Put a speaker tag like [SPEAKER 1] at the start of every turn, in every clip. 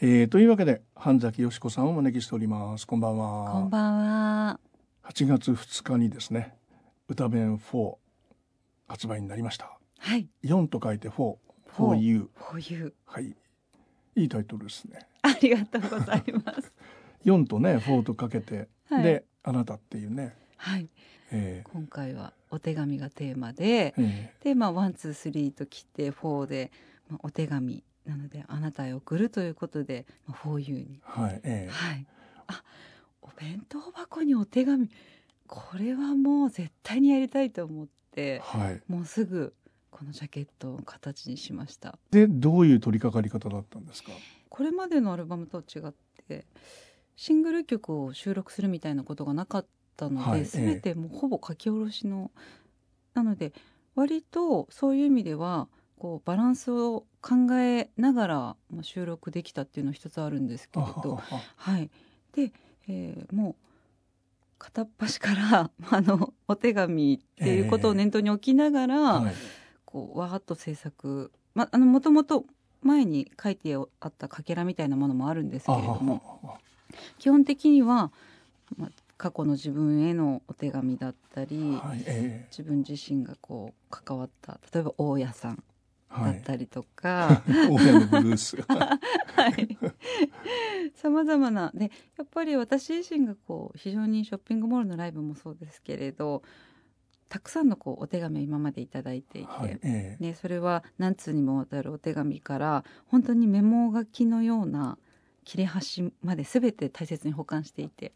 [SPEAKER 1] えー、というわけで半崎よしこさんをお招きしておりますこんばん
[SPEAKER 2] こん
[SPEAKER 1] は
[SPEAKER 2] ばんは。
[SPEAKER 1] 8月2日にですね歌弁4発売になりました
[SPEAKER 2] はい。
[SPEAKER 1] 4と書いて4
[SPEAKER 2] for
[SPEAKER 1] for you
[SPEAKER 2] こういう。
[SPEAKER 1] はいいいタイトルですね
[SPEAKER 2] ありがとうござい ます。
[SPEAKER 1] 4とね4とかけて、
[SPEAKER 2] はい
[SPEAKER 1] であなたっていうね、
[SPEAKER 2] はい。
[SPEAKER 1] え
[SPEAKER 2] 今回はお手紙がテーマで、
[SPEAKER 1] ーえ
[SPEAKER 2] でまあワンツースリーと来てフォーで、まあ、お手紙なのであなたへ送るということで、まあ、フォーユーに。
[SPEAKER 1] ーはいえー
[SPEAKER 2] はい。あ、お弁当箱にお手紙。これはもう絶対にやりたいと思って、
[SPEAKER 1] はい、
[SPEAKER 2] もうすぐこのジャケットを形にしました。
[SPEAKER 1] でどういう取り掛かり方だったんですか
[SPEAKER 2] これまでのアルバムとは違ってシングル曲を収録するみたいなことがなかったので、
[SPEAKER 1] はい
[SPEAKER 2] 全てもうほぼ書き下ろしの、なので割とそういう意味ではこうバランスを考えながらまあ収録できたっていうのは一つあるんですけ
[SPEAKER 1] あ
[SPEAKER 2] れ
[SPEAKER 1] はは
[SPEAKER 2] ど、
[SPEAKER 1] は
[SPEAKER 2] はい、で、えーもう片っ端から あのお手紙っていうことを念頭に置きながら、
[SPEAKER 1] はい
[SPEAKER 2] こうわーっと制作まあのもともと前に書いてあったかけらみたいなものもあるんですけ
[SPEAKER 1] あ
[SPEAKER 2] れ
[SPEAKER 1] はは
[SPEAKER 2] ども
[SPEAKER 1] は
[SPEAKER 2] 基本的には、まあ、過去の自分へのお手紙だったり、
[SPEAKER 1] はいえ
[SPEAKER 2] 自分自身がこう関わった例えば大家さん
[SPEAKER 1] ーは
[SPEAKER 2] だ
[SPEAKER 1] い
[SPEAKER 2] っ、たりと か
[SPEAKER 1] 大家のブルース
[SPEAKER 2] はい さまざまなでやっぱり私自身がこう非常にショッピングモールのライブもそうですけれどたくさんのこうお手紙を今までいただいていて、
[SPEAKER 1] はいえー
[SPEAKER 2] ね、それは何通にもわたるお手紙から本当にメモ書きのような切れ端まで全て大切に保管していて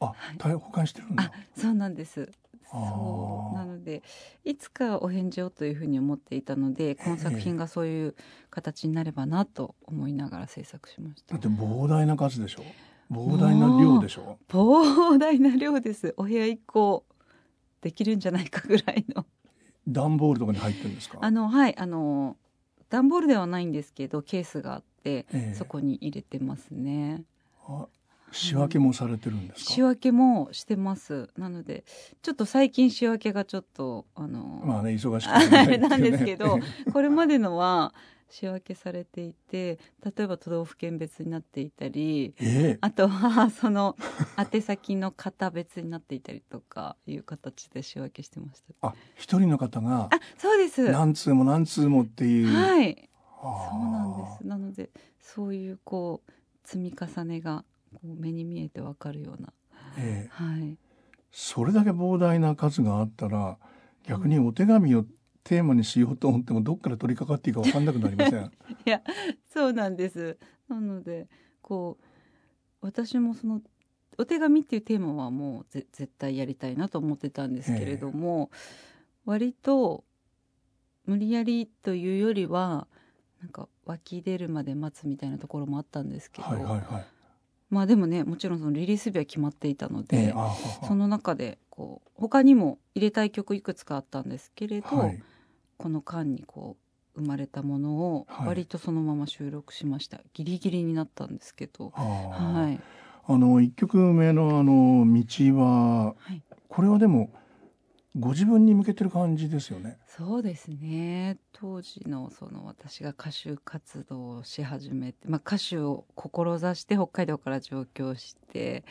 [SPEAKER 1] あ、大保管してるんだ
[SPEAKER 2] あそうなんです
[SPEAKER 1] あー
[SPEAKER 2] そうなのでいつかお返事をというふうに思っていたのでこの作品がそういう形になればなと思いながら制作しまし
[SPEAKER 1] だ
[SPEAKER 2] た
[SPEAKER 1] って膨大な数でしょ膨大な量でしょ
[SPEAKER 2] 膨大な量ですお部屋一個できるんじゃないかぐらいの
[SPEAKER 1] 段ボールとかに入ってるんですか
[SPEAKER 2] あのはいあの段ボールではないんですけどケースがあって
[SPEAKER 1] ええ
[SPEAKER 2] そこに入れてますね。
[SPEAKER 1] あ仕分けもされてるんです
[SPEAKER 2] 仕
[SPEAKER 1] か、
[SPEAKER 2] 分けもしてますなのでちょっと最近仕分けがちょっとあの、
[SPEAKER 1] まあね忙しくてね
[SPEAKER 2] あれ なんですけど
[SPEAKER 1] え
[SPEAKER 2] これまでのは仕分けされていて例えば都道府県別になっていたり
[SPEAKER 1] え
[SPEAKER 2] あとは その宛先の方別になっていたりとかいう形で仕分けしてました。
[SPEAKER 1] あ一人の方が
[SPEAKER 2] あそうですは
[SPEAKER 1] 何通も何通もっていう、
[SPEAKER 2] い
[SPEAKER 1] あー
[SPEAKER 2] そうなんですなのでそういうこう積み重ねがこう目に見えてわかるような
[SPEAKER 1] ええ
[SPEAKER 2] はい
[SPEAKER 1] それだけ膨大な数があったら逆にお手紙をテーマにしようと思ってもどっから取り掛かっていいか分かんなくなり ません
[SPEAKER 2] そうなんです。なのでこう私もそのお手紙っていうテーマはもうぜ絶対やりたいなと思ってたんですけれども、割と無理やりというよりはなんか湧き出るまで待つみたいなところもあったんですけど、
[SPEAKER 1] はいはいはい、
[SPEAKER 2] まあでもねもちろんそのリリース日は決まっていたので、
[SPEAKER 1] ええあーはは
[SPEAKER 2] その中でこう他にも入れたい曲いくつかあったんですけれど、
[SPEAKER 1] はい、
[SPEAKER 2] この間にこう生まれたものを
[SPEAKER 1] はい
[SPEAKER 2] 割とそのまま収録しました、ギリギリになったんですけど
[SPEAKER 1] あー
[SPEAKER 2] はい、
[SPEAKER 1] あの一曲目のあの道は
[SPEAKER 2] はい、
[SPEAKER 1] これはでもご自分に向けてる感じですよね。
[SPEAKER 2] そうですね当時のその私が歌手活動をし始めて、まあ、歌手を志して北海道から上京して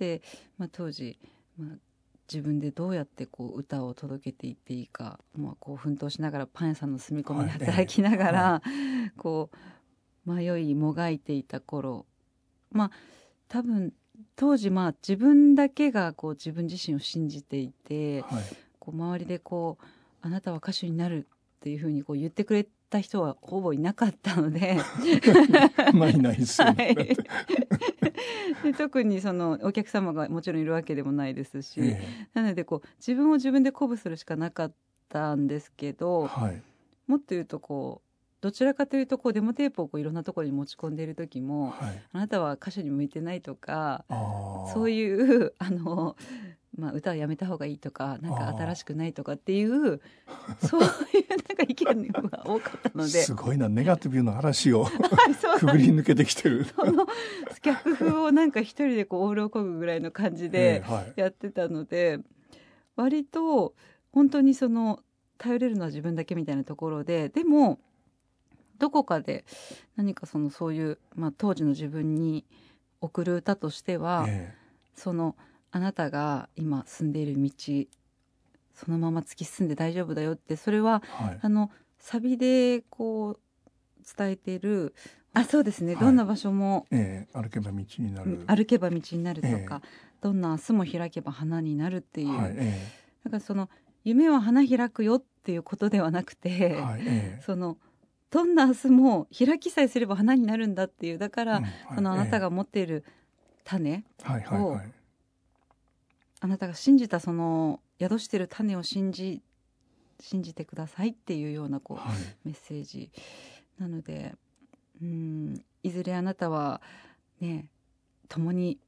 [SPEAKER 2] で、まあ、当時、まあ、自分でどうやってこう歌を届けていっていいか、まあ、こう奮闘しながらパン屋さんの住み込みで
[SPEAKER 1] はい
[SPEAKER 2] 働きながら、こう迷いもがいていた頃まあ多分当時まあ自分だけがこう自分自身を信じていて。
[SPEAKER 1] はい、
[SPEAKER 2] こう周りでこう「あなたは歌手になる」っていうふうにこう言ってくれた人はほぼいなかったので
[SPEAKER 1] まあいないですよ
[SPEAKER 2] は
[SPEAKER 1] ね。
[SPEAKER 2] い で特にそのお客様がもちろんいるわけでもないですし、
[SPEAKER 1] え
[SPEAKER 2] なのでこう自分を自分で鼓舞するしかなかったんですけ
[SPEAKER 1] え
[SPEAKER 2] ど
[SPEAKER 1] はい、
[SPEAKER 2] もっと言うとこうどちらかというとこうデモテープをこういろんなところに持ち込んでいる時も
[SPEAKER 1] はい、
[SPEAKER 2] 「あなたは歌手に向いてない」とか
[SPEAKER 1] あ
[SPEAKER 2] そう
[SPEAKER 1] う
[SPEAKER 2] いうあの、まあ、歌をやめた方がいいとかなん
[SPEAKER 1] あ
[SPEAKER 2] か
[SPEAKER 1] ー
[SPEAKER 2] 新しくないとかっていうそういうなんか意見が多かったので
[SPEAKER 1] すごいなネガティブな嵐を
[SPEAKER 2] はいそう
[SPEAKER 1] くぐり抜けてきてる。
[SPEAKER 2] その逆風をなんか一人でこうオールをこぐぐらいの感じ
[SPEAKER 1] え
[SPEAKER 2] で
[SPEAKER 1] えはい、
[SPEAKER 2] やってたので、割と本当にその頼れるのは自分だけみたいなところででもどこかで何かそのそういう、まあ、当時の自分に送る歌としては、
[SPEAKER 1] え
[SPEAKER 2] そのあなたが今住んでいる道そのまま突き進んで大丈夫だよってそれは
[SPEAKER 1] えはい
[SPEAKER 2] あのサビでこう伝えているあそうですね、
[SPEAKER 1] はい
[SPEAKER 2] どんな場所も
[SPEAKER 1] ええ歩けば道になる。
[SPEAKER 2] 歩けば道になるとか、どんな明日も開けば花になるっていう、
[SPEAKER 1] はいえ
[SPEAKER 2] なんかその夢は花開くよっていうことではなく
[SPEAKER 1] え
[SPEAKER 2] て、
[SPEAKER 1] はいえ
[SPEAKER 2] そのどんな明日も開きさえすれば花になるんだっていうだか
[SPEAKER 1] え
[SPEAKER 2] ら、
[SPEAKER 1] うんはい
[SPEAKER 2] そのあなた
[SPEAKER 1] え
[SPEAKER 2] が持っている種、
[SPEAKER 1] えはいはいはい
[SPEAKER 2] あなたが信じたその宿してる種を信じ信じてくださいっていうようなこう
[SPEAKER 1] はい
[SPEAKER 2] メッセージなのでうんいずれあなたはね共に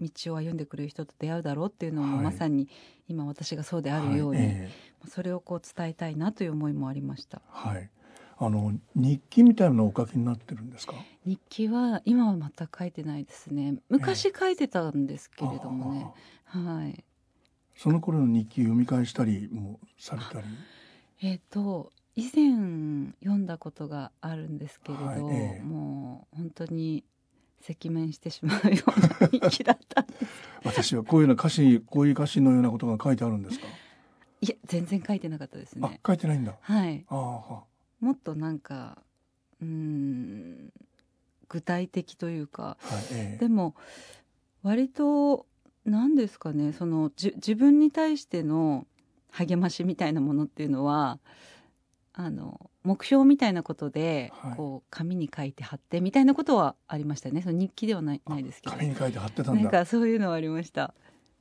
[SPEAKER 2] 道を歩んでくれる人と出会うだろうっていうのも、
[SPEAKER 1] はい
[SPEAKER 2] まさに今私がそうであるように、
[SPEAKER 1] はいええ
[SPEAKER 2] それをこう伝えたいなという思いもありました
[SPEAKER 1] はい。あの日記みたいなのをお書きになってるんですか。
[SPEAKER 2] 日記は今は全く書いてないですね昔書いてたんですけれどもね、
[SPEAKER 1] ああ
[SPEAKER 2] はい
[SPEAKER 1] その頃の日記読み返したりもされたり。
[SPEAKER 2] えっ、と以前読んだことがあるんですけれど、
[SPEAKER 1] はいええ
[SPEAKER 2] もう本当に赤面してしまうような人気だ ったんです
[SPEAKER 1] 私はこういうような歌詞、こういう歌詞のようなことが書いてあるんですか。
[SPEAKER 2] いや全然書いてなかったです
[SPEAKER 1] あ
[SPEAKER 2] ね、
[SPEAKER 1] 書いてないんだ。
[SPEAKER 2] はい
[SPEAKER 1] ああ、
[SPEAKER 2] もっとなんかうーん具体的というか
[SPEAKER 1] はい、ええ
[SPEAKER 2] でも割と何ですかねそのじ自分に対しての励ましみたいなものっていうのはあの目標みたいなことで、
[SPEAKER 1] はい
[SPEAKER 2] こう紙に書いて貼ってみたいなことはありましたねその日記ではない
[SPEAKER 1] あ
[SPEAKER 2] ないですけど
[SPEAKER 1] 紙に書いて貼ってた
[SPEAKER 2] なんん
[SPEAKER 1] だ。
[SPEAKER 2] かそういうのはありました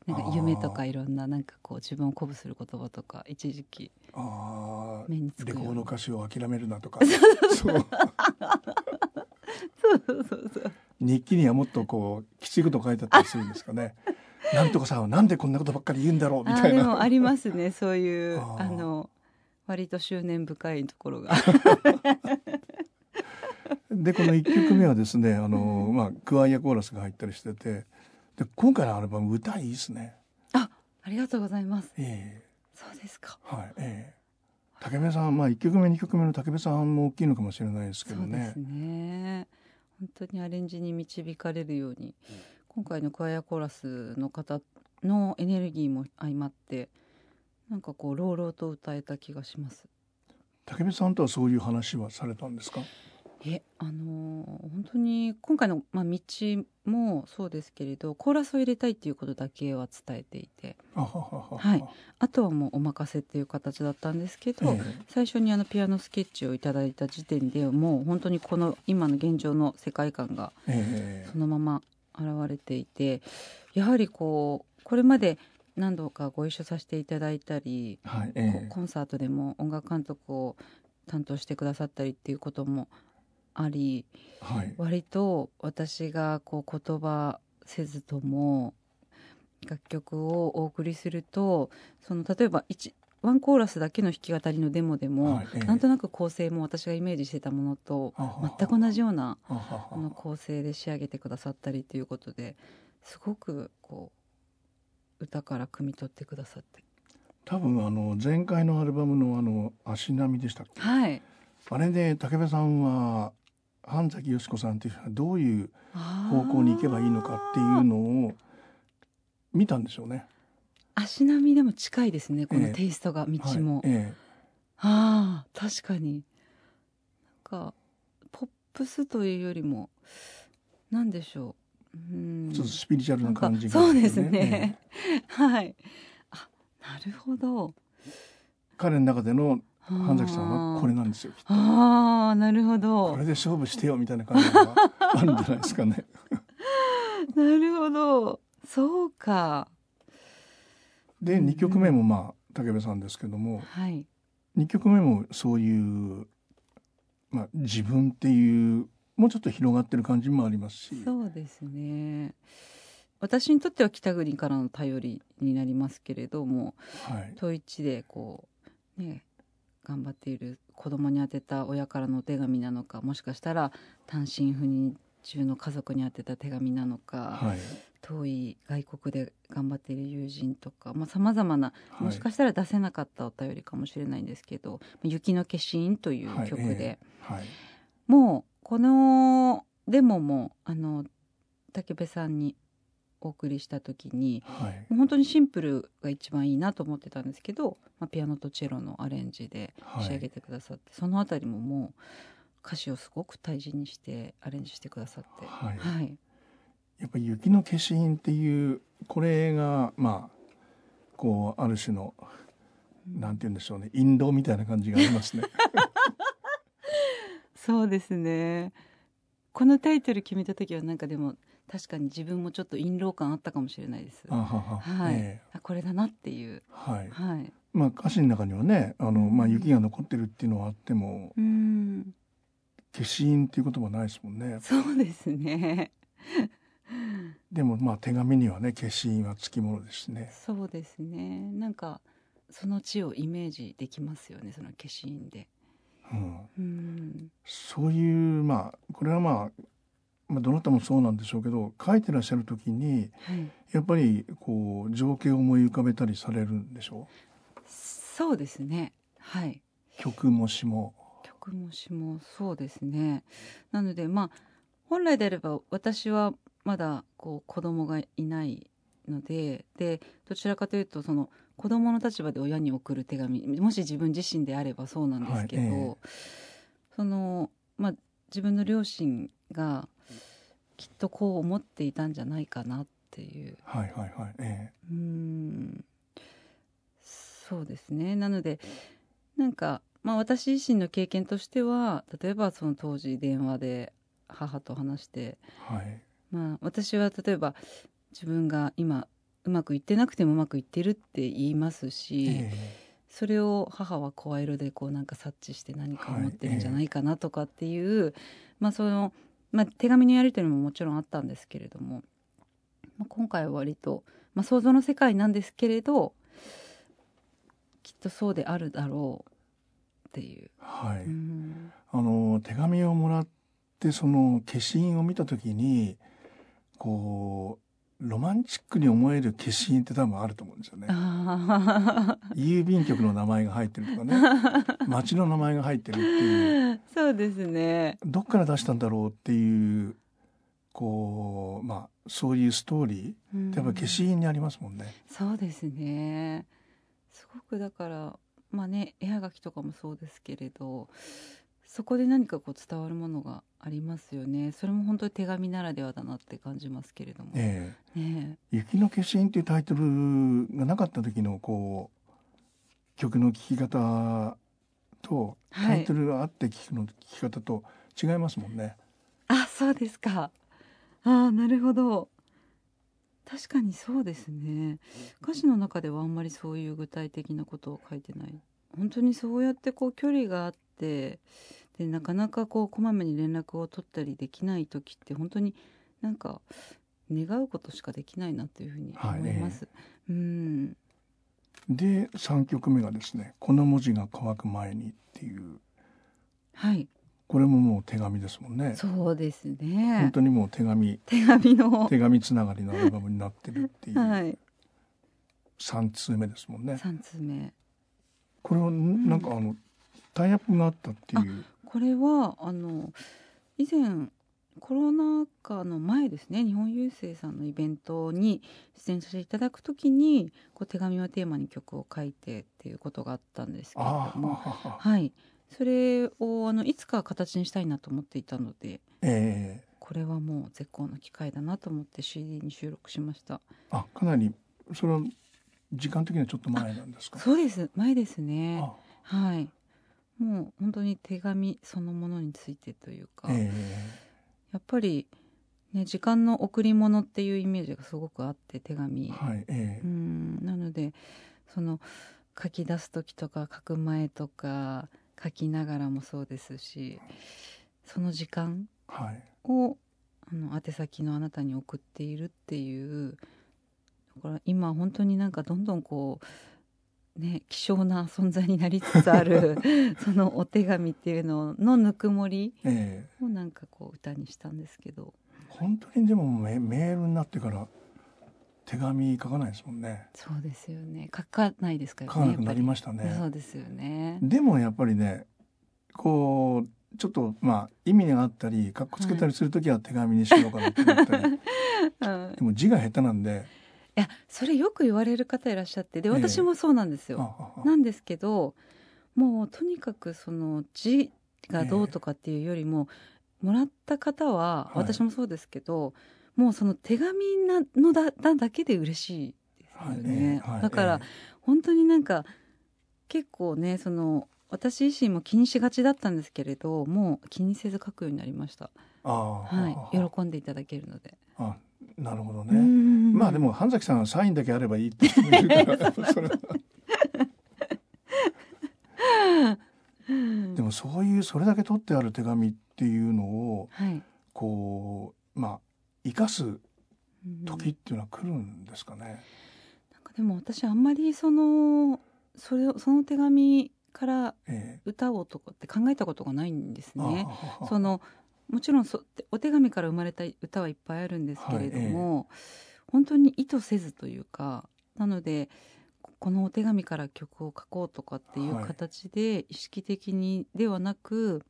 [SPEAKER 2] なん
[SPEAKER 1] あ
[SPEAKER 2] か
[SPEAKER 1] ー
[SPEAKER 2] 夢とかいろんななんかこう自分を鼓舞する言葉とか一時期
[SPEAKER 1] ああ、
[SPEAKER 2] 目につく
[SPEAKER 1] レ
[SPEAKER 2] よ
[SPEAKER 1] コ
[SPEAKER 2] う
[SPEAKER 1] ード
[SPEAKER 2] な
[SPEAKER 1] 歌手を諦めるなとか。 そう、
[SPEAKER 2] そうそうそうそう
[SPEAKER 1] 日記にはもっとこう、きちいこと書いてあったりするんですか ね。なんとかさんはなんでこんなことばっかり言うんだろうみ
[SPEAKER 2] あ
[SPEAKER 1] た
[SPEAKER 2] ー
[SPEAKER 1] い
[SPEAKER 2] で
[SPEAKER 1] な。
[SPEAKER 2] もありますねそういう
[SPEAKER 1] あ
[SPEAKER 2] あ
[SPEAKER 1] ー
[SPEAKER 2] の割と執念深いところが
[SPEAKER 1] でこの1曲目はですねあの、まあ、クワイアコーラスが入ったりしててで今回のアルバム歌いいですね。
[SPEAKER 2] あありがとうございます
[SPEAKER 1] ええ
[SPEAKER 2] そうですか。
[SPEAKER 1] はいええ竹部さん、まあ、1曲目2曲目の竹部さんも大きいのかもしれないですけ
[SPEAKER 2] そ
[SPEAKER 1] ど
[SPEAKER 2] うで
[SPEAKER 1] ね
[SPEAKER 2] すね。本当にアレンジに導かれるように、今回のクワイアコーラスの方のエネルギーも相まって、なんかこう朗々と歌えた気がします。
[SPEAKER 1] 竹部さんとはそういう話はされたんですか、
[SPEAKER 2] え、あのー本当に今回のまあ道もそうですけれど、コーラスを入れたいっていうことだけは伝えていて、
[SPEAKER 1] あははは
[SPEAKER 2] はいあとはもうお任せっていう形だったんですけど、
[SPEAKER 1] え
[SPEAKER 2] 最初にあのピアノスケッチをいただいた時点でもう本当にこの今の現状の世界観が
[SPEAKER 1] ええ
[SPEAKER 2] そのまま現れていてやはりこうこれまで何度かご一緒させていただいたり、
[SPEAKER 1] えはいえ
[SPEAKER 2] こ
[SPEAKER 1] え
[SPEAKER 2] コンサートでも音楽監督を担当してくださったりっていうこともあり
[SPEAKER 1] はい
[SPEAKER 2] 割と私がこう言葉せずとも楽曲をお送りするとその例えば一ワンコーラスだけの弾き語りのデモでも、
[SPEAKER 1] はいええ
[SPEAKER 2] なんとなく構成も私がイメージしてたものと
[SPEAKER 1] あはは
[SPEAKER 2] 全く同じような
[SPEAKER 1] あはは
[SPEAKER 2] あの構成で仕上げてくださったりということですごくこう歌から汲み取ってくださって
[SPEAKER 1] 多分あの前回のアルバムのあの足並みでしたっけ
[SPEAKER 2] はい
[SPEAKER 1] あれで竹部さんは半崎よし子さんという人はどういう方
[SPEAKER 2] 方
[SPEAKER 1] 向に行けばいいのかっていうのを見たんでしょうね。
[SPEAKER 2] 足並みでも近いですねこ
[SPEAKER 1] ええ
[SPEAKER 2] のテイストが道も、
[SPEAKER 1] はいえ
[SPEAKER 2] ああ確かになんかポップスというよりもなんでしょううん
[SPEAKER 1] え、ちょっとスピリチュアル
[SPEAKER 2] な
[SPEAKER 1] なん
[SPEAKER 2] か
[SPEAKER 1] 感じが、
[SPEAKER 2] そうですね、はいあなるほど
[SPEAKER 1] ええ彼の中での半
[SPEAKER 2] 半
[SPEAKER 1] 崎さんはこれなんですよ。
[SPEAKER 2] ああなるほど
[SPEAKER 1] これで勝負してよみたいな感じが あるんじゃないですかね。
[SPEAKER 2] なるほどそうか
[SPEAKER 1] で
[SPEAKER 2] うん
[SPEAKER 1] 2曲目もまあ竹部さんですけども
[SPEAKER 2] はい
[SPEAKER 1] 2曲目もそういう、まあ、自分っていうもうちょっと広がってる感じもありますし。
[SPEAKER 2] そうですね私にとっては北国からの頼りになりますけれども
[SPEAKER 1] はい
[SPEAKER 2] 統一でこうね頑張っている子供に宛てた親からのお手紙なのかもしかしたら単身赴任中の家族に宛てた手紙なのか、
[SPEAKER 1] はい
[SPEAKER 2] 遠い外国で頑張っている友人とかさまざ、まな
[SPEAKER 1] はい
[SPEAKER 2] もしかしたら出せなかったお便りかもしれないんですけど「雪の消印」という曲で、
[SPEAKER 1] はいええはい
[SPEAKER 2] もうこのデモもあの武部さんにお送りした時に
[SPEAKER 1] はい
[SPEAKER 2] もう本当にシンプルが一番いいなと思ってたんですけど、まあ、ピアノとチェロのアレンジで
[SPEAKER 1] はい
[SPEAKER 2] 仕上げてくださって、そのあたりももう歌詞をすごく大事にしてアレンジしてくださって、
[SPEAKER 1] はい
[SPEAKER 2] はい、
[SPEAKER 1] やっぱり雪の消印っていうこれがまあこうある種のなんて言うんでしょうね引導みたいな感じがありますね。
[SPEAKER 2] そうですねこのタイトル決めた時はなんかでも確かに自分もちょっと陰謀感あったかもしれないです。
[SPEAKER 1] あはは
[SPEAKER 2] はい
[SPEAKER 1] ええ
[SPEAKER 2] あこれだなっていう、
[SPEAKER 1] はい。
[SPEAKER 2] はい、
[SPEAKER 1] まあ歌詞の中にはねあのまあ雪が残ってるっていうのはあっても
[SPEAKER 2] うん
[SPEAKER 1] 消印っていう言葉ないですもんね。
[SPEAKER 2] そうですね
[SPEAKER 1] でもまあ手紙にはね消印はつきものですしね。
[SPEAKER 2] そうですねなんかその地をイメージできますよねその消印で。
[SPEAKER 1] うん。
[SPEAKER 2] うん
[SPEAKER 1] そういうまあこれはまあまあどなたもそうなんでしょうけど書いてらっしゃる時に
[SPEAKER 2] はい、
[SPEAKER 1] やっぱりこう情景を思い浮かべたりされるんでしょ
[SPEAKER 2] そうですねはい。
[SPEAKER 1] う曲も詩も。
[SPEAKER 2] 曲も詩もそうですねなのでまあ本来であれば私はまだこう子供がいないのででどちらかというとその子供の立場で親に送る手紙もし自分自身であればそうなんですけど、
[SPEAKER 1] はいえ
[SPEAKER 2] そのまあ自分の両親がきっとこう思っていたんじゃないかなっていう
[SPEAKER 1] はいはいはい。え
[SPEAKER 2] うーんそうですねなのでなんか、まあ、私自身の経験としては例えばその当時電話で母と話して、
[SPEAKER 1] えはい。
[SPEAKER 2] まあ、私は例えば自分が今うまくいってなくてもうまくいってるって言いますし、
[SPEAKER 1] え
[SPEAKER 2] それを母は声色でこうなんか察知して何か思ってるんじゃないかなとかっていう、まあその、まあ、手紙のやり取りももちろんあったんですけれども、まあ、今回は割と、まあ、想像の世界なんですけれどきっとそうであるだろうっていう。
[SPEAKER 1] えはい。
[SPEAKER 2] うん
[SPEAKER 1] あの手紙をもらってその消印を見た時にこうロマンチックに思える消印って多分あると思うんですよね。
[SPEAKER 2] あ
[SPEAKER 1] 郵便局の名前が入ってるとかね 町の名前が入ってるっていう
[SPEAKER 2] ー そうですね。
[SPEAKER 1] どっから出したんだろうっていうこうまあそういうストーリ
[SPEAKER 2] うん
[SPEAKER 1] ーやっぱ消印にありますもんね。
[SPEAKER 2] そうですねすごくだからまあね絵はがきとかもそうですけれどそこで何かこう伝わるものがありますよねそれも本当に手紙ならではだなって感じますけれども、
[SPEAKER 1] ええ
[SPEAKER 2] ね
[SPEAKER 1] 雪の消印っていうタイトルがなかった時のこう曲の聴き方と
[SPEAKER 2] はい
[SPEAKER 1] タイトルがあって聴くの聴き方と違いますもんね。
[SPEAKER 2] あそうですかああなるほど確かにそうですね歌詞の中ではあんまりそういう具体的なことを書いてない本当にそうやってこう距離があってでなかなかこうこまめに連絡を取ったりできない時って本当になんか願うことしかできないなというふうに思います、うん
[SPEAKER 1] で3曲目がですね「この文字が乾く前に」っていう
[SPEAKER 2] はい
[SPEAKER 1] これももう手紙ですもんね。
[SPEAKER 2] そうです
[SPEAKER 1] 本
[SPEAKER 2] ね
[SPEAKER 1] 当にもう手紙
[SPEAKER 2] 手紙の
[SPEAKER 1] 手紙つながりのアルバムになってるっていう
[SPEAKER 2] はい
[SPEAKER 1] 3通目ですもんね。
[SPEAKER 2] 3通目
[SPEAKER 1] これはんなんかあのタイアップがあったっていう
[SPEAKER 2] これはあの以前コロナ禍の前ですね日本郵政さんのイベントに出演させていただくときにこう手紙をテーマに曲を書いてっていうことがあったんですけれ
[SPEAKER 1] あ
[SPEAKER 2] ども
[SPEAKER 1] あ
[SPEAKER 2] はいそれをあのいつか形にしたいなと思っていたので
[SPEAKER 1] ええ
[SPEAKER 2] これはもう絶好の機会だなと思って CD に収録しました
[SPEAKER 1] あかなりそれは時間的にはちょっと前なんですか。
[SPEAKER 2] そうです前ですね
[SPEAKER 1] あ
[SPEAKER 2] はいもう本当に手紙そのものについてというか、
[SPEAKER 1] え
[SPEAKER 2] やっぱり、ね、時間の贈り物っていうイメージがすごくあって手紙、
[SPEAKER 1] えはいええ
[SPEAKER 2] うんなのでその書き出す時とか書く前とか書きながらもそうですしその時間
[SPEAKER 1] はい
[SPEAKER 2] をあの宛先のあなたに送っているっていうだから今本当になんかどんどんこうね希少な存在になりつつあるそのお手紙っていうののぬくもり
[SPEAKER 1] え
[SPEAKER 2] をなんかこう歌にしたんですけど。
[SPEAKER 1] え本当にでもメメールになってから手紙書かないですもんね。
[SPEAKER 2] そうですよね。書かないですか
[SPEAKER 1] 書
[SPEAKER 2] らね。
[SPEAKER 1] かなくなりました
[SPEAKER 2] やっぱり
[SPEAKER 1] ね
[SPEAKER 2] そ。うですよね。
[SPEAKER 1] でもやっぱりねこうちょっとまあ意味があったりかっこつけたりする時は手紙にしようかなと思った り、
[SPEAKER 2] うん
[SPEAKER 1] でも字が下手なんで
[SPEAKER 2] いやそれよく言われる方いらっしゃってで
[SPEAKER 1] ええ
[SPEAKER 2] 私もそうなんです
[SPEAKER 1] あ
[SPEAKER 2] よ、
[SPEAKER 1] ああ
[SPEAKER 2] なんですけどもうとにかくその字がどうとかっていうよりも、もらった方は
[SPEAKER 1] はい
[SPEAKER 2] 私もそうですけど、もうその手紙なのだだだけで嬉しいですよね、
[SPEAKER 1] はいええはい
[SPEAKER 2] だから、本当になんか結構ねその私自身も気にしがちだったんですけれどもう気にせず書くようになりました、
[SPEAKER 1] ああ
[SPEAKER 2] はい、喜んでいただけるので、
[SPEAKER 1] あなるほど
[SPEAKER 2] うんうん
[SPEAKER 1] ね。
[SPEAKER 2] うん
[SPEAKER 1] まあでも半崎さんはサインだけあればいいって人もいるからそれ はでもそういうそれだけ取ってある手紙っていうのを
[SPEAKER 2] はい
[SPEAKER 1] こうまあ生かす
[SPEAKER 2] うん
[SPEAKER 1] 時っていうのは来るんですかね。
[SPEAKER 2] なんかでも私あんまりそのそれをその手紙から
[SPEAKER 1] え
[SPEAKER 2] 歌をとかって考えたことがないんです
[SPEAKER 1] えああ
[SPEAKER 2] ね。
[SPEAKER 1] ああ
[SPEAKER 2] そのもちろんそお手紙から生まれた歌はいっぱいあるんですけれども、本当に意図せずというかなのでここのお手紙から曲を書こうとかっていう
[SPEAKER 1] はい
[SPEAKER 2] 形で意識的にではなく、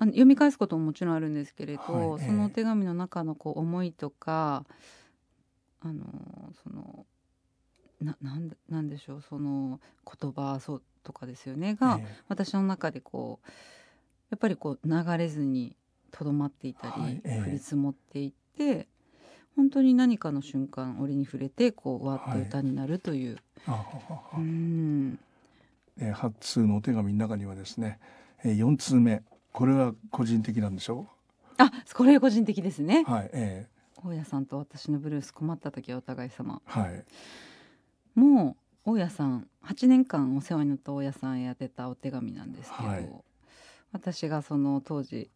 [SPEAKER 2] あの読み返すことももちろんあるんですけれど、
[SPEAKER 1] はいええ
[SPEAKER 2] そのお手紙の中のこう思いとかあのそのななんなんでしょうその言葉そうとかですよねが、
[SPEAKER 1] ええ
[SPEAKER 2] 私の中でこうやっぱりこう流れずにとどまっていたり、
[SPEAKER 1] はいええ
[SPEAKER 2] 降り積もっていって本当に何かの瞬間折に触れてこうわっ
[SPEAKER 1] は
[SPEAKER 2] と
[SPEAKER 1] い
[SPEAKER 2] 歌になるという、
[SPEAKER 1] ああああ
[SPEAKER 2] うん
[SPEAKER 1] えー、8通のお手紙の中にはですね、えー、4通目これは個人的なんでしょ
[SPEAKER 2] あこれ個人的ですね
[SPEAKER 1] うはいえ
[SPEAKER 2] 大家さんと私のブルース困った時はお互い様
[SPEAKER 1] ー、 はい
[SPEAKER 2] もう大家さん8年間お世話になった大家さんへ宛てたお手紙なんですけど、
[SPEAKER 1] はい
[SPEAKER 2] 私がその当時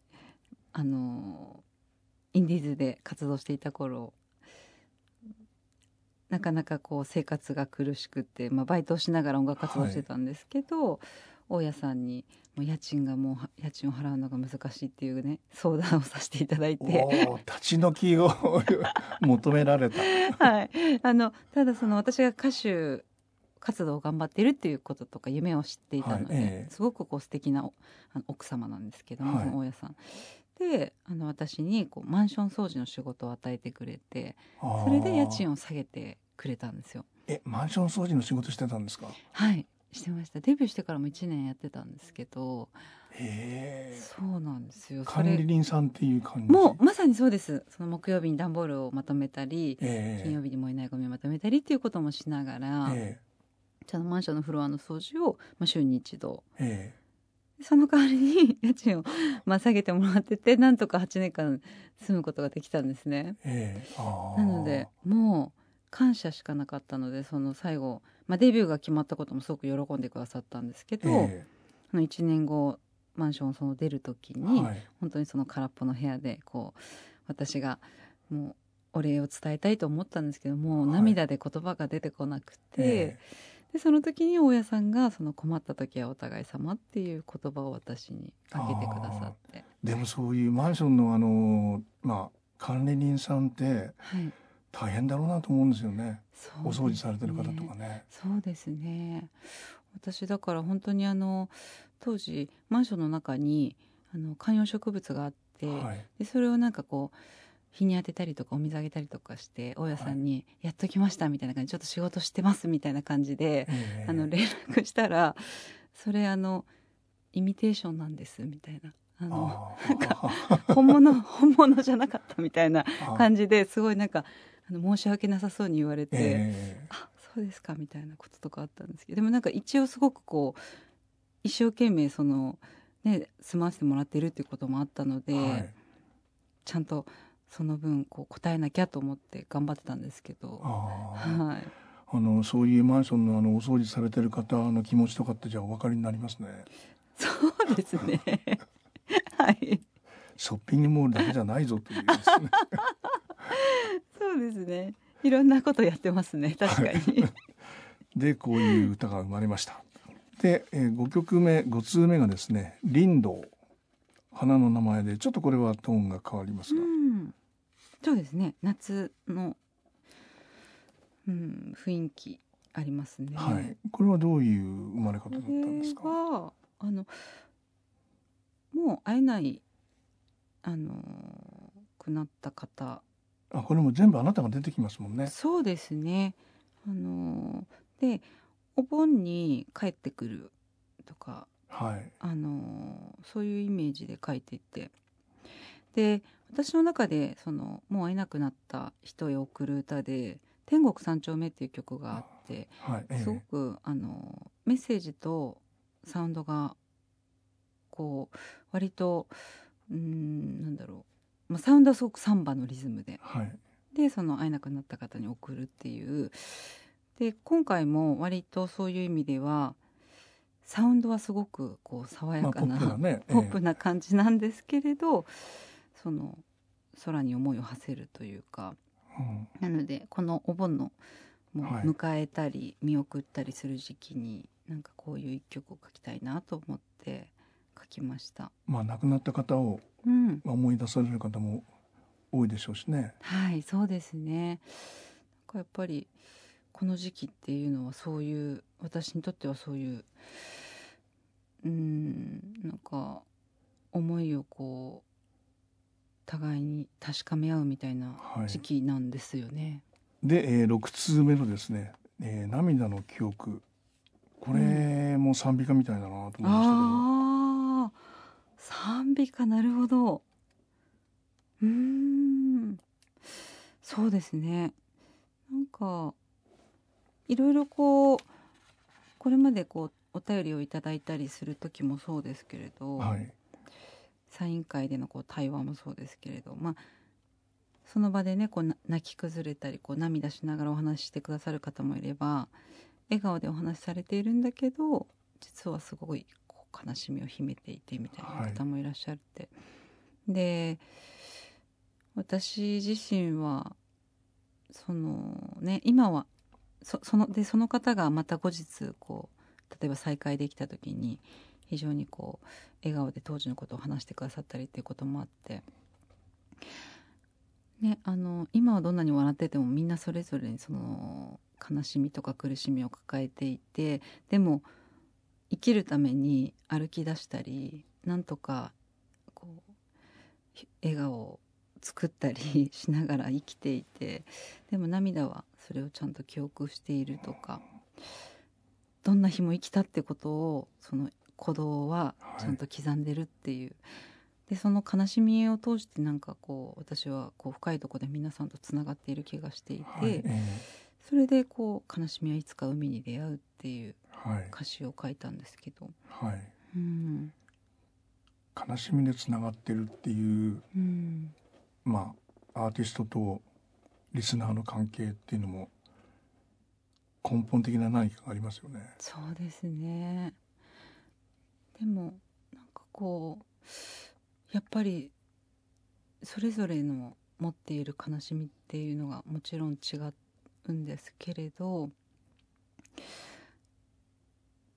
[SPEAKER 2] あのインディーズで活動していた頃なかなかこう生活が苦しくて、まあ、バイトをしながら音楽活動してたんですけど、大家さんにもう家賃がもうは家賃を払うのが難しいっていうね相談をさせていただい
[SPEAKER 1] お
[SPEAKER 2] て。
[SPEAKER 1] ー立ち退きを求められた
[SPEAKER 2] はい、あのただその私が歌手活動を頑張ってるっていうこととか夢を知っていたので、
[SPEAKER 1] はいええ
[SPEAKER 2] すごくこう素敵なおあの奥様なんですけども、
[SPEAKER 1] はい
[SPEAKER 2] その大家さん。であの私にこうマンション掃除の仕事を与えてくれて そ
[SPEAKER 1] そ
[SPEAKER 2] れで家
[SPEAKER 1] を
[SPEAKER 2] 賃を下げてくれたんですよ。
[SPEAKER 1] えマンション掃除の仕事してたんですか
[SPEAKER 2] はいしてましたデビューしてからも1年やってたんですけど
[SPEAKER 1] へえ
[SPEAKER 2] そうなんですよそ
[SPEAKER 1] 管理
[SPEAKER 2] れ
[SPEAKER 1] 人さんっていう感じ
[SPEAKER 2] もうまさにそうですその木曜日に段ボールをまとめたり
[SPEAKER 1] ええ
[SPEAKER 2] 金曜日に燃えないゴミをまとめたりっていうこともしながら、
[SPEAKER 1] え
[SPEAKER 2] ちゃんとマンションのフロアの掃除を、まあ、週に一度
[SPEAKER 1] ええ
[SPEAKER 2] その代わりに 家賃を、まあ、下げてもらっててなんとか8年間住むことができたんですね。
[SPEAKER 1] えええあー
[SPEAKER 2] なのでもう感謝しかなかったのでその最後、まあ、デビューが決まったこともすごく喜んでくださったんですけど、
[SPEAKER 1] え
[SPEAKER 2] あの1年後マンションをその出る時
[SPEAKER 1] え
[SPEAKER 2] に、
[SPEAKER 1] はい
[SPEAKER 2] 本当にその空っぽの部屋でこう私がもうお礼を伝えたいと思ったんですけどもう
[SPEAKER 1] はい
[SPEAKER 2] 涙で言葉が出てこなくて。
[SPEAKER 1] え
[SPEAKER 2] でその時に大家さんがその困った時はお互い様っていう言葉を私にかけてくださって、
[SPEAKER 1] えでもそういうマンションのあのまあ管理人さんって
[SPEAKER 2] はい、
[SPEAKER 1] 大変だろうなと思うんですよね
[SPEAKER 2] そう
[SPEAKER 1] お掃除されてる方とか
[SPEAKER 2] ね
[SPEAKER 1] ね
[SPEAKER 2] そうですね私だから本当にあの当時マンションの中にあの観葉植物があって、
[SPEAKER 1] はい
[SPEAKER 2] でそれをなんかこう日に当てたりとかお水あげたりとかして大家さんに「やっときました」みたいな感じ、ちょっと仕事してますみたいな感じで、
[SPEAKER 1] ええ
[SPEAKER 2] あの連絡したら「それあのイミテーションなんです」みたいな。あの
[SPEAKER 1] あー
[SPEAKER 2] なんか 本物本物じゃなかったみたいな
[SPEAKER 1] あ
[SPEAKER 2] 感じですごいなんかあの申し訳なさそうに言われて、
[SPEAKER 1] え
[SPEAKER 2] あそうですかみたいなこととかあったんですけどでもなんか一応すごくこう一生懸命その、ね、済ませてもらってるっていうこともあったので、
[SPEAKER 1] えはい、
[SPEAKER 2] ちゃんとその分こう答えなきゃと思って頑張ってたんですけど、
[SPEAKER 1] あ
[SPEAKER 2] はい、
[SPEAKER 1] ーあのそういうマンションのあのお掃除されてる方の気持ちとかってじゃあお分かりになりますね
[SPEAKER 2] そうです ねはい
[SPEAKER 1] ショッピングモールだけじゃないぞというですね
[SPEAKER 2] そうですねいろんなことやってますね確かに。
[SPEAKER 1] でこういう歌が生まれましたで、えー、5曲目5通目がですね「林道」花の名前でちょっとこれはトーンが変わります
[SPEAKER 2] う
[SPEAKER 1] が、
[SPEAKER 2] ん、そうですね夏の、うん、雰囲気ありますね。
[SPEAKER 1] はい、これはどういう生まれ方
[SPEAKER 2] こ
[SPEAKER 1] だったんです
[SPEAKER 2] れ
[SPEAKER 1] か
[SPEAKER 2] はあのもう会えない、あのーくなった方
[SPEAKER 1] あこれも全部あなたが出てきますもんね。
[SPEAKER 2] そうですね。あのーでお盆に帰ってくるとか、
[SPEAKER 1] はい。
[SPEAKER 2] あのーそういうイメージで書いていてで私の中でそのもう会えなくなった人へ送る歌で「天国三丁目」っていう曲があって
[SPEAKER 1] はい。ええ
[SPEAKER 2] すごく、あのーメッセージとサウンドがこう割とうーんなんだろう、まあ、サウンドはすごくサンバのリズムで
[SPEAKER 1] はい。
[SPEAKER 2] でその会えなくなった方に送るっていうで今回も割とそういう意味ではサウンドはすごくこう爽や
[SPEAKER 1] まあ
[SPEAKER 2] か
[SPEAKER 1] ポ
[SPEAKER 2] な、
[SPEAKER 1] ップだね。ええ
[SPEAKER 2] ポップな感じなんですけれど、その空に思いを馳せるというか
[SPEAKER 1] うん
[SPEAKER 2] なのでこのお盆のもう
[SPEAKER 1] はい
[SPEAKER 2] 迎えたり見送ったりする時期に、なんかこういう一曲を書きたいなと思って書きました。
[SPEAKER 1] まあ亡くなった方を
[SPEAKER 2] うん
[SPEAKER 1] まあ思い出される方も多いでしょうしね。
[SPEAKER 2] はい、そうですね。なんかやっぱりこの時期っていうのはそういう私にとってはそういううんなんか思いをこう互いに確かめ合うみたいな
[SPEAKER 1] はい
[SPEAKER 2] 時期なんですよね。
[SPEAKER 1] で、えー、6通目のですね、えー涙の記憶。これも賛美歌みたいだなと思いましたけど、
[SPEAKER 2] ああ、賛美かなるほど。うーん、そうですね。なんかいろいろこうこれまでこうお便りをいただいたりする時もそうですけれど、
[SPEAKER 1] はい。
[SPEAKER 2] サイン会でのこう対話もそうですけれど、まあその場でねこうな泣き崩れたりこう涙しながらお話ししてくださる方もいれば笑顔でお話しされているんだけど実はすごいこう悲しみを秘めていてみたいな方もいらっしゃって、で私自身はそのね今はそそのでその方がまた後日こう例えば再会できた時に非常にこう笑顔で当時のことを話してくださったりっていうこともあって、ね、あの今はどんなに笑っててもみんなそれぞれにその悲しみとか苦しみを抱えていてでも生きるために歩き出したりなんとかこうひ笑顔を作ったり しながら生きていてでも涙はそれをちゃんと記憶しているとかどんな日も生きたってことをその鼓動はちゃんと刻んでるっていう、でその悲しみを通してなんかこう私はこう深いところで皆さんとつながっている気がしていて、
[SPEAKER 1] はい。ええ
[SPEAKER 2] それでこう悲しみはいつか海に出会うっていう
[SPEAKER 1] はい。
[SPEAKER 2] 歌詞を書いたんですけど、
[SPEAKER 1] はい。
[SPEAKER 2] うん
[SPEAKER 1] 悲しみでつながってるっていう、
[SPEAKER 2] うん、
[SPEAKER 1] まあ、アーティストとリスナーの関係っていうのも根本的な何かがありますよね。
[SPEAKER 2] そうですねでもなんかこうやっぱりそれぞれの持っている悲しみっていうのがもちろん違うんですけれど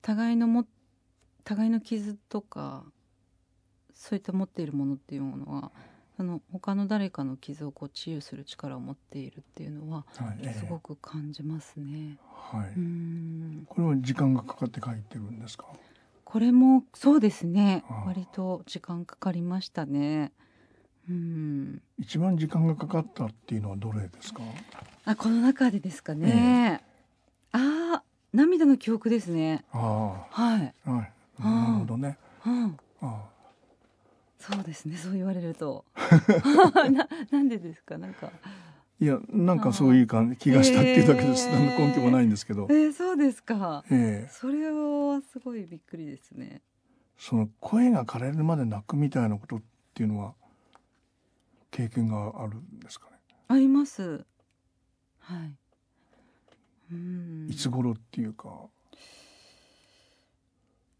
[SPEAKER 2] 互いのも互いの傷とかそういった持っているものっていうものはその他の誰かの傷をこう治癒する力を持っているっていうのは
[SPEAKER 1] はい。ええ
[SPEAKER 2] すごく感じますね。
[SPEAKER 1] はい。
[SPEAKER 2] うん
[SPEAKER 1] これは時間がかかって書いてるんですか。
[SPEAKER 2] これもそうですね
[SPEAKER 1] ああ
[SPEAKER 2] 割と時間かかりましたねうん
[SPEAKER 1] 一番時間がかかったっていうのはどれですか。
[SPEAKER 2] あこの中でですかね、ああ涙の記憶ですね
[SPEAKER 1] あ
[SPEAKER 2] はい、
[SPEAKER 1] あ、はい。
[SPEAKER 2] あー
[SPEAKER 1] なるほどね。
[SPEAKER 2] うん、
[SPEAKER 1] あ
[SPEAKER 2] そうですねそう言われ ると ななんでですかなんか
[SPEAKER 1] ーいや、なんかそういう感じ、気がしたっていうだけです。
[SPEAKER 2] へー
[SPEAKER 1] 何の根拠もないんですけど
[SPEAKER 2] え。ー、そうですか
[SPEAKER 1] ええ
[SPEAKER 2] それはすごいびっくりですね
[SPEAKER 1] その声が枯れるまで泣くみたいなことっていうのは。経験があるんですかね。
[SPEAKER 2] ありますはいうん
[SPEAKER 1] いつ頃っていうか。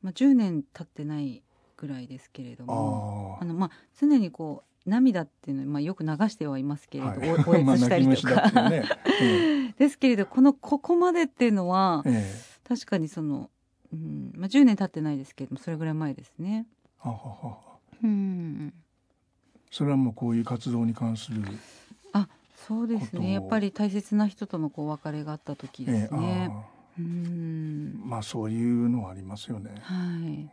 [SPEAKER 2] まあ、10年経ってないぐらいですけれども
[SPEAKER 1] あ
[SPEAKER 2] あのまあ常にこう涙っていうのは、まあ、よく流してはいますけ
[SPEAKER 1] あ。
[SPEAKER 2] れど、
[SPEAKER 1] はい
[SPEAKER 2] おお や
[SPEAKER 1] まあ
[SPEAKER 2] つしたりと
[SPEAKER 1] 泣き虫だ
[SPEAKER 2] か、
[SPEAKER 1] っていうね。 え
[SPEAKER 2] ですけれどこのここまでっていうのは
[SPEAKER 1] えええ
[SPEAKER 2] 確かにその、うんまあ、10年経ってないですけれどもそれぐらい前ですね。
[SPEAKER 1] ははは。
[SPEAKER 2] うん
[SPEAKER 1] それはもうこういう活動に関する。
[SPEAKER 2] あそうです
[SPEAKER 1] ことを
[SPEAKER 2] ねやっぱり大切な人とのこうお別れがあった時
[SPEAKER 1] え
[SPEAKER 2] で
[SPEAKER 1] え
[SPEAKER 2] すね。
[SPEAKER 1] ああ。
[SPEAKER 2] うん
[SPEAKER 1] まあそういうのはありますよね。
[SPEAKER 2] はい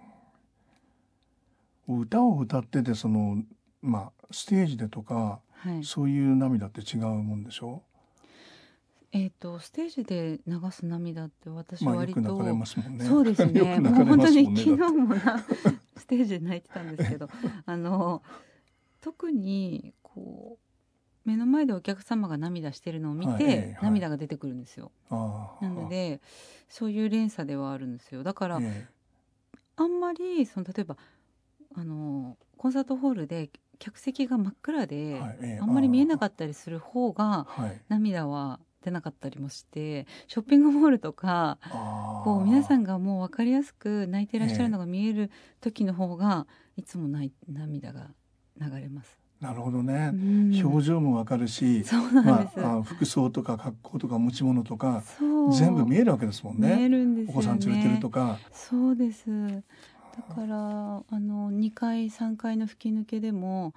[SPEAKER 1] 歌を歌っててそのまあステージでとか
[SPEAKER 2] はい、
[SPEAKER 1] そういう涙って違うもんでしょ、
[SPEAKER 2] えっ、とステージで流す涙って私
[SPEAKER 1] まあよ
[SPEAKER 2] は割
[SPEAKER 1] く
[SPEAKER 2] と、
[SPEAKER 1] 泣かれますもんね。
[SPEAKER 2] そうで す
[SPEAKER 1] よく
[SPEAKER 2] ね。
[SPEAKER 1] 泣
[SPEAKER 2] も
[SPEAKER 1] かれますも
[SPEAKER 2] う
[SPEAKER 1] ん
[SPEAKER 2] 本当に
[SPEAKER 1] ね
[SPEAKER 2] 昨日もなステージで泣いてたんで すけど、あの特にこう目の前でお客様が涙してるのを見
[SPEAKER 1] はい
[SPEAKER 2] て、
[SPEAKER 1] ええはい
[SPEAKER 2] 涙が出てくるんですよ。
[SPEAKER 1] ああ
[SPEAKER 2] なのでそういう連鎖ではあるんですよ。だから、
[SPEAKER 1] え
[SPEAKER 2] あんまりその例えばあのコンサートホールで客席が真っ暗
[SPEAKER 1] え
[SPEAKER 2] で、
[SPEAKER 1] はいええ
[SPEAKER 2] あんまり見えなか
[SPEAKER 1] っ
[SPEAKER 2] ったりする方が
[SPEAKER 1] た。はい。
[SPEAKER 2] 涙は出なかったりもして、ショッピングモールとか。こ
[SPEAKER 1] こ
[SPEAKER 2] う皆さ
[SPEAKER 1] ん
[SPEAKER 2] んがもう分かりやすく泣いてらっしゃるのが見える時の方がいつもない涙が流れます。
[SPEAKER 1] なるほどね
[SPEAKER 2] う。ん
[SPEAKER 1] 表情もわかるし、
[SPEAKER 2] そうなんです。
[SPEAKER 1] ああ服装とか格好とか持ち物とか
[SPEAKER 2] そう
[SPEAKER 1] 全部見えるわけですもん
[SPEAKER 2] 見え
[SPEAKER 1] ね。
[SPEAKER 2] るんですよね。
[SPEAKER 1] お子さん連れてるとか。
[SPEAKER 2] そうです。だからあの二階三階の吹き抜けでも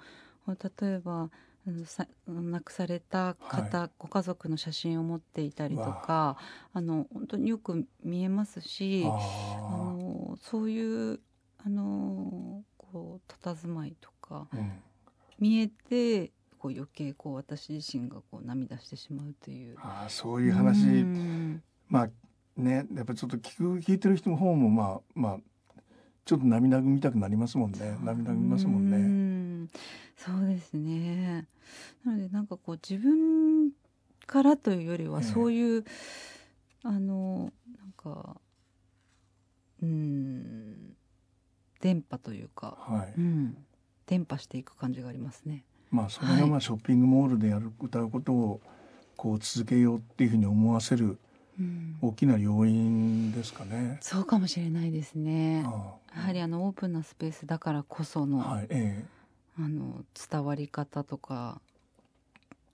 [SPEAKER 2] 例えばあのさ亡くされた方、ご家族の写真を持っていたりとかあの本当によく見えますし。あ
[SPEAKER 1] あ
[SPEAKER 2] のそういうあのこう佇まいとか
[SPEAKER 1] あ、うん
[SPEAKER 2] 見えてこう余計こう私自身がこう涙してしまうという。
[SPEAKER 1] ああそういう話、
[SPEAKER 2] うん
[SPEAKER 1] まあねやっぱりちょっと聞く聞いてる人の方もまあまあちょっと涙ぐみたくなりますもんね涙ぐみますもん
[SPEAKER 2] う
[SPEAKER 1] ね。
[SPEAKER 2] んそうですね。なのでなんかこう自分からというより
[SPEAKER 1] え
[SPEAKER 2] は
[SPEAKER 1] え
[SPEAKER 2] そういう、あのなんかうん電波というか、
[SPEAKER 1] はい。
[SPEAKER 2] うん、伝播していく感じがありますね。
[SPEAKER 1] まあそれがまあショッピングモールでやる歌うことをこう続けようっていうふうに思わせる
[SPEAKER 2] うん
[SPEAKER 1] 大きな要因ですかね。
[SPEAKER 2] そうかもしれないですね。
[SPEAKER 1] ああ
[SPEAKER 2] やはりあのオープンなスペースだからこその,、
[SPEAKER 1] はいえ
[SPEAKER 2] あの伝わり方とか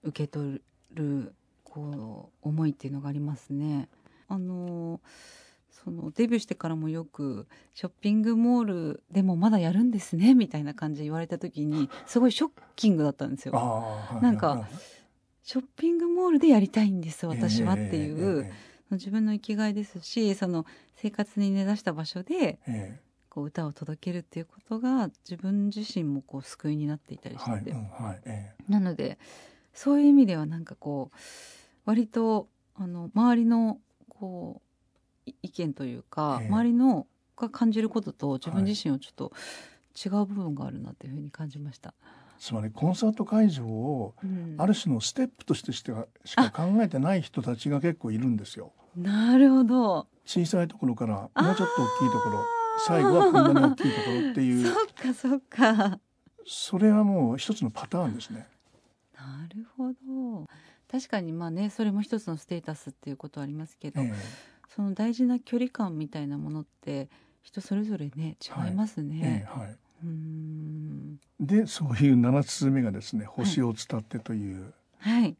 [SPEAKER 2] 受け取るこう思いっていうのがありますね。あのそのデビューしてからもよくショッピングモールでもまだやるんですねみたいな感じで言われた時にすごいショッキングだったんです
[SPEAKER 1] え
[SPEAKER 2] よ。
[SPEAKER 1] ああはい
[SPEAKER 2] なんか
[SPEAKER 1] はい
[SPEAKER 2] ショッピングモールでやりたいんです
[SPEAKER 1] はい
[SPEAKER 2] 私はっていう、
[SPEAKER 1] え
[SPEAKER 2] 自分の生きがいですしその生活に根ざした場所で
[SPEAKER 1] ええええ
[SPEAKER 2] こう歌を届けるっていうことが自分自身もこう救いになっていた
[SPEAKER 1] え
[SPEAKER 2] りして、
[SPEAKER 1] はいうんはいええ
[SPEAKER 2] なのでそういう意味ではなんかこう割とあの周りのこうい意見というか、
[SPEAKER 1] ええ
[SPEAKER 2] 周りのが感じることと自
[SPEAKER 1] はい
[SPEAKER 2] 分自身をちょっと違う部分があるなというふうに感じました。
[SPEAKER 1] つまりコンサート会場を
[SPEAKER 2] うん
[SPEAKER 1] ある種のステップとしてしてはしか考えてない人たちが結構いるんですよ。
[SPEAKER 2] なるほど
[SPEAKER 1] 小さいところから
[SPEAKER 2] あー
[SPEAKER 1] もうちょっと大きいところ最後はこんなに大きいところってい
[SPEAKER 2] そうっかそっか。
[SPEAKER 1] それはもう一つのパターンですね。
[SPEAKER 2] なるほど確かにまあねそれも一つのステータスっていうことはありますけど、
[SPEAKER 1] ええ
[SPEAKER 2] その大事な距離感みたいなものって人それぞれね違います
[SPEAKER 1] え
[SPEAKER 2] ね。
[SPEAKER 1] えはいう
[SPEAKER 2] ーん
[SPEAKER 1] でそういう7つ目がですね「星を伝って」という、
[SPEAKER 2] はい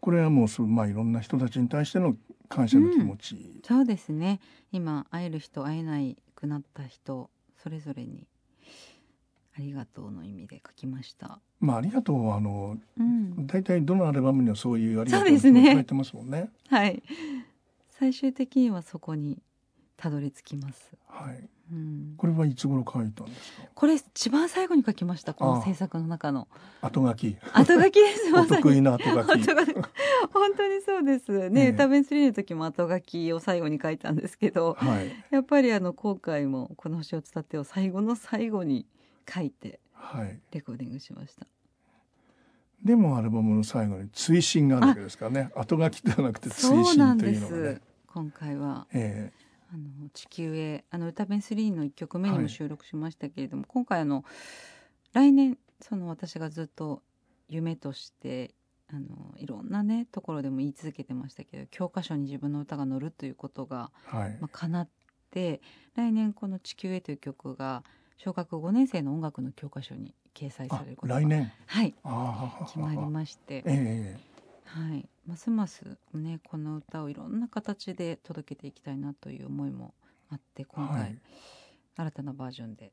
[SPEAKER 1] これはもうそう、まあ、いろんな人たちに対しての感謝の気持ち、
[SPEAKER 2] そうですね今会える人会えないくなった人それぞれに「ありがとう」の意味で書きました。
[SPEAKER 1] まあありがとうはあの
[SPEAKER 2] うん、
[SPEAKER 1] 大体どのアルバムにはそういうありがとう
[SPEAKER 2] そうですね
[SPEAKER 1] 書いてますもんね。
[SPEAKER 2] はい最終的にはそこにたどり着きます。
[SPEAKER 1] はい、
[SPEAKER 2] うん、
[SPEAKER 1] これはいつ頃書いたんですか
[SPEAKER 2] これ一番最後に書きましたこ
[SPEAKER 1] ああ
[SPEAKER 2] の制作の中の
[SPEAKER 1] 後書 き
[SPEAKER 2] 後書き です
[SPEAKER 1] お
[SPEAKER 2] まさに
[SPEAKER 1] 得意な後 書
[SPEAKER 2] 本
[SPEAKER 1] き
[SPEAKER 2] 当だ本当にそうですね、
[SPEAKER 1] ええ
[SPEAKER 2] 歌弁3の時も後書きを最後に書いたんですけど
[SPEAKER 1] はい
[SPEAKER 2] やっぱりあの今回も「この星を伝って」を最後の最後に書いて
[SPEAKER 1] はい
[SPEAKER 2] レコーディングしました
[SPEAKER 1] でもアルバムの最後に追伸があるわけですから ね後書きではなくて追
[SPEAKER 2] そうな
[SPEAKER 1] 伸
[SPEAKER 2] ん
[SPEAKER 1] とい
[SPEAKER 2] で
[SPEAKER 1] うのがね
[SPEAKER 2] す。今回は
[SPEAKER 1] え
[SPEAKER 2] あの地球へあの歌弁3の1曲目に
[SPEAKER 1] は
[SPEAKER 2] も
[SPEAKER 1] い
[SPEAKER 2] 収録しましたけれども、今回あの来年その私がずっと夢としてあのいろんなねところでも言い続けてましたけど教科書に自分の歌が載るということが
[SPEAKER 1] えはい
[SPEAKER 2] まあ、叶って来年この「地球へ」という曲が小学5年生の音楽の教科書に掲載さ
[SPEAKER 1] あ
[SPEAKER 2] れることが
[SPEAKER 1] 来年
[SPEAKER 2] はい
[SPEAKER 1] ああ
[SPEAKER 2] 決まりまして、
[SPEAKER 1] ええ
[SPEAKER 2] はい、ますますねこの歌をいろんな形で届けていきたいなという思いもあって今回、
[SPEAKER 1] はい
[SPEAKER 2] 新たなバージョンで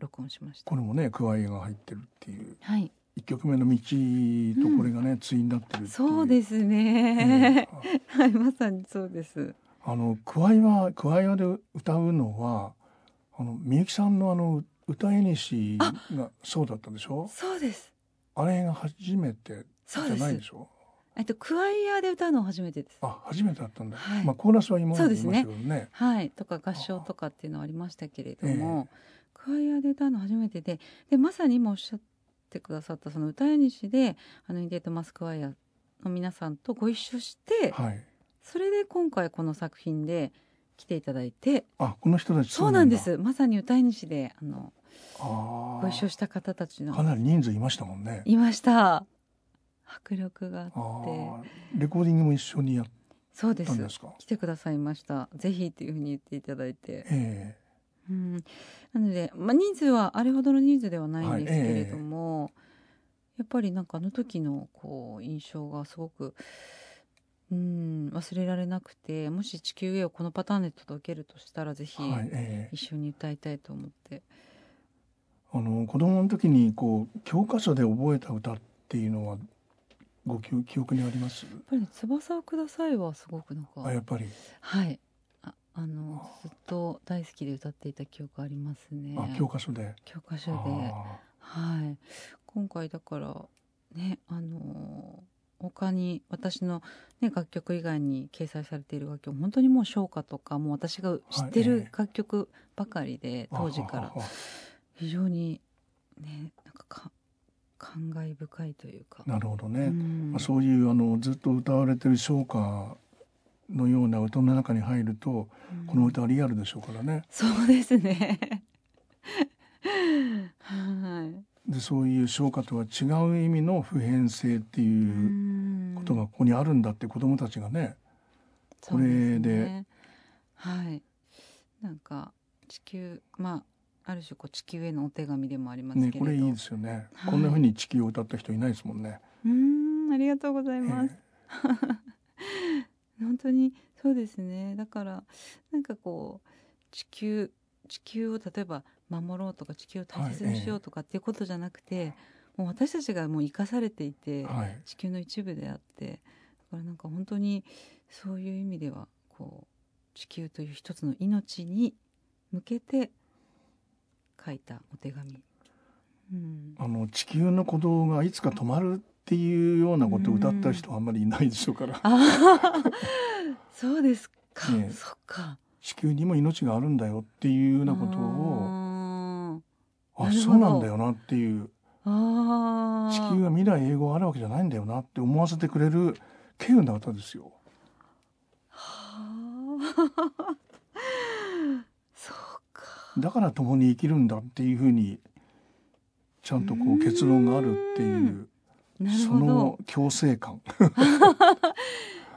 [SPEAKER 2] 録音しました
[SPEAKER 1] こ。れもねクワイエが入ってるっていう
[SPEAKER 2] はい、
[SPEAKER 1] 一曲目の道とこれがね、対になってるっていう
[SPEAKER 2] そうですね、 はいまさにそうです
[SPEAKER 1] あのクワイワクワイワで歌うのはあのみゆきさんのあの歌い西がそうだったでしょ
[SPEAKER 2] そうです
[SPEAKER 1] あれが初めてじ
[SPEAKER 2] そ
[SPEAKER 1] ゃ
[SPEAKER 2] うで
[SPEAKER 1] ないですしょ
[SPEAKER 2] えっとクワイアで歌うのは初めてです
[SPEAKER 1] あ初めてだったんだ、
[SPEAKER 2] はい
[SPEAKER 1] まあコーラスは今までいましたけどね
[SPEAKER 2] はいとか合唱とかっていうのはありましたけれども、クワイアで歌うの初めてででまさに今おっしゃってくださったその歌い主であのインデートマスクワイアの皆さんとご一緒して、
[SPEAKER 1] はい
[SPEAKER 2] それで今回この作品で来ていただいて
[SPEAKER 1] あこの人たち
[SPEAKER 2] そうなんで
[SPEAKER 1] だ
[SPEAKER 2] すまさに歌い主であの
[SPEAKER 1] あ
[SPEAKER 2] ご一緒
[SPEAKER 1] ー
[SPEAKER 2] した方たち
[SPEAKER 1] か
[SPEAKER 2] の
[SPEAKER 1] なり人数いましたもんね
[SPEAKER 2] いました迫力があって
[SPEAKER 1] あーレコーディングも一緒にやっ
[SPEAKER 2] そうで
[SPEAKER 1] た
[SPEAKER 2] す
[SPEAKER 1] んですか
[SPEAKER 2] 来てくださいましたぜひっていうふうに言っていただいて
[SPEAKER 1] え
[SPEAKER 2] うん、なので、まあ、人数はあれほどの人数ではないんですけれども、やっぱりなんかあの時のこう印象がすごく、うん、忘れられなくてもし地球へをこのパターンで届けるとしたらぜひ
[SPEAKER 1] えはいええ
[SPEAKER 2] 一緒に歌いたいと思って、
[SPEAKER 1] あの子供の時にこう教科書で覚えた歌っていうのはご記記憶にあります
[SPEAKER 2] やっぱりね、翼をください」はすごくなんか
[SPEAKER 1] あやっぱり、
[SPEAKER 2] はいああのずっと大好きで歌っていた記憶ありますね
[SPEAKER 1] あ教科書で
[SPEAKER 2] 教科書で。
[SPEAKER 1] あ
[SPEAKER 2] はい、今回だからねあのー他に私の、ね、楽曲以外に掲載されている楽曲本当にもう唱歌とかもう私が知って
[SPEAKER 1] はい
[SPEAKER 2] る
[SPEAKER 1] ええ
[SPEAKER 2] 楽曲ばかりで、
[SPEAKER 1] ー
[SPEAKER 2] 当時から
[SPEAKER 1] あああ
[SPEAKER 2] 非常にねなんかか感慨深いというか。
[SPEAKER 1] なるほどね、
[SPEAKER 2] うん
[SPEAKER 1] まあ、そういうあのずっと歌われてる唱歌のような歌の中に入ると
[SPEAKER 2] うん
[SPEAKER 1] この歌はリアルでしょうからね
[SPEAKER 2] そうですね はい
[SPEAKER 1] でそういう唱歌とは違う意味の普遍性っていううことがここにあるんだって子どもたちがね
[SPEAKER 2] そうで
[SPEAKER 1] これ
[SPEAKER 2] すね
[SPEAKER 1] で
[SPEAKER 2] はいなんか地球まあある種こう地球へのお手紙でもありますけれ
[SPEAKER 1] ね
[SPEAKER 2] ど、
[SPEAKER 1] これいいですよね、
[SPEAKER 2] はい
[SPEAKER 1] こんなふうに地球を歌った人いないですもんね。
[SPEAKER 2] うーんありがとうございます、本当にそうですねだからなんかこう地球地球を例えば守ろうとか地球を大切にしようとかっていうことじゃなくて、もう私たちがもう生かされていて、
[SPEAKER 1] えはい、
[SPEAKER 2] 地球の一部であってだからなんか本当にそういう意味ではこう地球という一つの命に向けて書いたお手紙、うん、
[SPEAKER 1] あの地球の鼓動がいつか止まるっていうようなことを歌った人はあんまりいないでしょうから
[SPEAKER 2] あ ーそうですか、
[SPEAKER 1] ねえ
[SPEAKER 2] そっか
[SPEAKER 1] 地球にも命があるんだよっていうようなことを
[SPEAKER 2] をあー
[SPEAKER 1] あ
[SPEAKER 2] なるほど
[SPEAKER 1] そうなんだよなっていう
[SPEAKER 2] あ
[SPEAKER 1] 地
[SPEAKER 2] ー
[SPEAKER 1] 球が未来永劫あるわけじゃないんだよなって思わせてくれる稀有な歌ですよ。
[SPEAKER 2] はあ そうか
[SPEAKER 1] だから共に生きるんだっていうふうにちゃんとこ
[SPEAKER 2] う
[SPEAKER 1] う
[SPEAKER 2] ーん
[SPEAKER 1] 結論があるっていう
[SPEAKER 2] なる
[SPEAKER 1] そ
[SPEAKER 2] ほど
[SPEAKER 1] の強制感、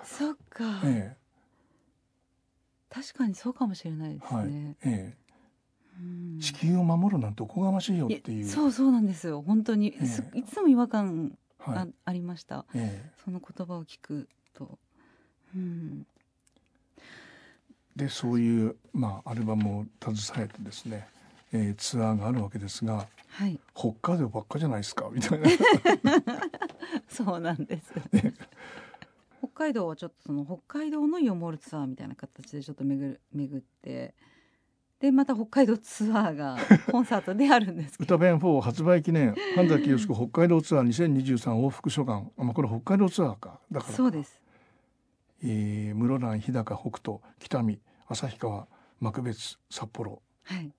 [SPEAKER 2] そっか、
[SPEAKER 1] え
[SPEAKER 2] 確かにそうかもしれないですね、
[SPEAKER 1] はいええ
[SPEAKER 2] うん
[SPEAKER 1] え、地球を守るなんておこがましいよってい
[SPEAKER 2] や
[SPEAKER 1] う。
[SPEAKER 2] そうそうなんですよ本当に、す
[SPEAKER 1] え
[SPEAKER 2] いつも違和感あ,、
[SPEAKER 1] はい
[SPEAKER 2] ありました
[SPEAKER 1] ええ
[SPEAKER 2] その言葉を聞くと、うん、
[SPEAKER 1] でそういう、まあ、アルバムを携えてですね、ええツアーがあるわけですが
[SPEAKER 2] はい
[SPEAKER 1] 北海道ばっかじゃないですかみたいな
[SPEAKER 2] そうなんです 北海道はちょっとその北海道のよもるツアーみたいな形でちょっと巡る巡ってでまた北海道ツアー がコンサートであるんですけど
[SPEAKER 1] 歌弁4発売記念神崎よしこ北海道ツアー2023往復書館あ、まあ、これ北海道ツアーかだから
[SPEAKER 2] そうです
[SPEAKER 1] えー室蘭日高北斗北見旭川幕別札幌
[SPEAKER 2] はい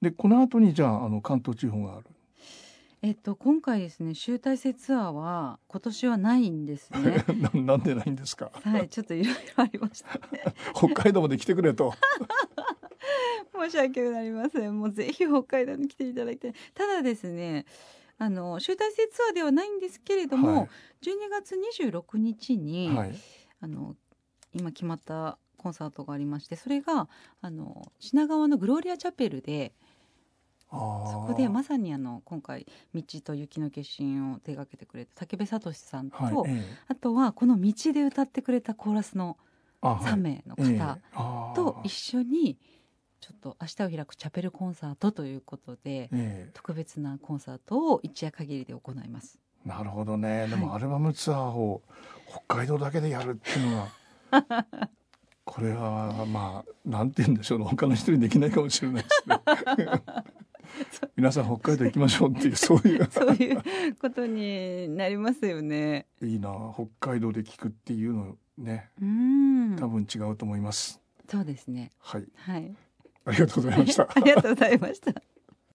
[SPEAKER 1] でこの後にじゃああの関東地方がある
[SPEAKER 2] えっと今回ですね集大成ツアーは今年はないんですね
[SPEAKER 1] ななんでないんですか
[SPEAKER 2] はいちょっといろいろありました
[SPEAKER 1] 北海道まで来てくれと
[SPEAKER 2] 申し訳なりませんもうぜひ北海道に来ていただきたいただですねあの集大成ツアーではないんですけれども、
[SPEAKER 1] は
[SPEAKER 2] 12月26日
[SPEAKER 1] い、
[SPEAKER 2] に、
[SPEAKER 1] はい、
[SPEAKER 2] あの今決まったコンサートがありましてそれがあの品川のグローリアチャペルで
[SPEAKER 1] あ
[SPEAKER 2] そ
[SPEAKER 1] ー
[SPEAKER 2] こでまさにあの今回「道と雪の化身」を手掛けてくれた竹部聡さんと、
[SPEAKER 1] はい、ええ
[SPEAKER 2] あとはこの「道」で歌ってくれたコーラスの
[SPEAKER 1] あはい
[SPEAKER 2] 3名の
[SPEAKER 1] え
[SPEAKER 2] 方、
[SPEAKER 1] えあー
[SPEAKER 2] と一緒にちょっと明日を開くチャペルコンサートということで
[SPEAKER 1] え
[SPEAKER 2] 特別なコンサートを一夜限りで行います。
[SPEAKER 1] えなるほどね、で
[SPEAKER 2] は
[SPEAKER 1] もアルバムツアーを北海道だけでやるっていうのは これはまあなんて言うんでしょうね他の人にできないかもしれないですね皆さん北海道行きましょうっていうそういう
[SPEAKER 2] そういうことになりますよね。
[SPEAKER 1] いいな北海道で聞くっていうのね
[SPEAKER 2] うん。
[SPEAKER 1] 多分違うと思います。
[SPEAKER 2] そうですね。
[SPEAKER 1] はい
[SPEAKER 2] はい。
[SPEAKER 1] ありがとうございました
[SPEAKER 2] あ。りがとうございました。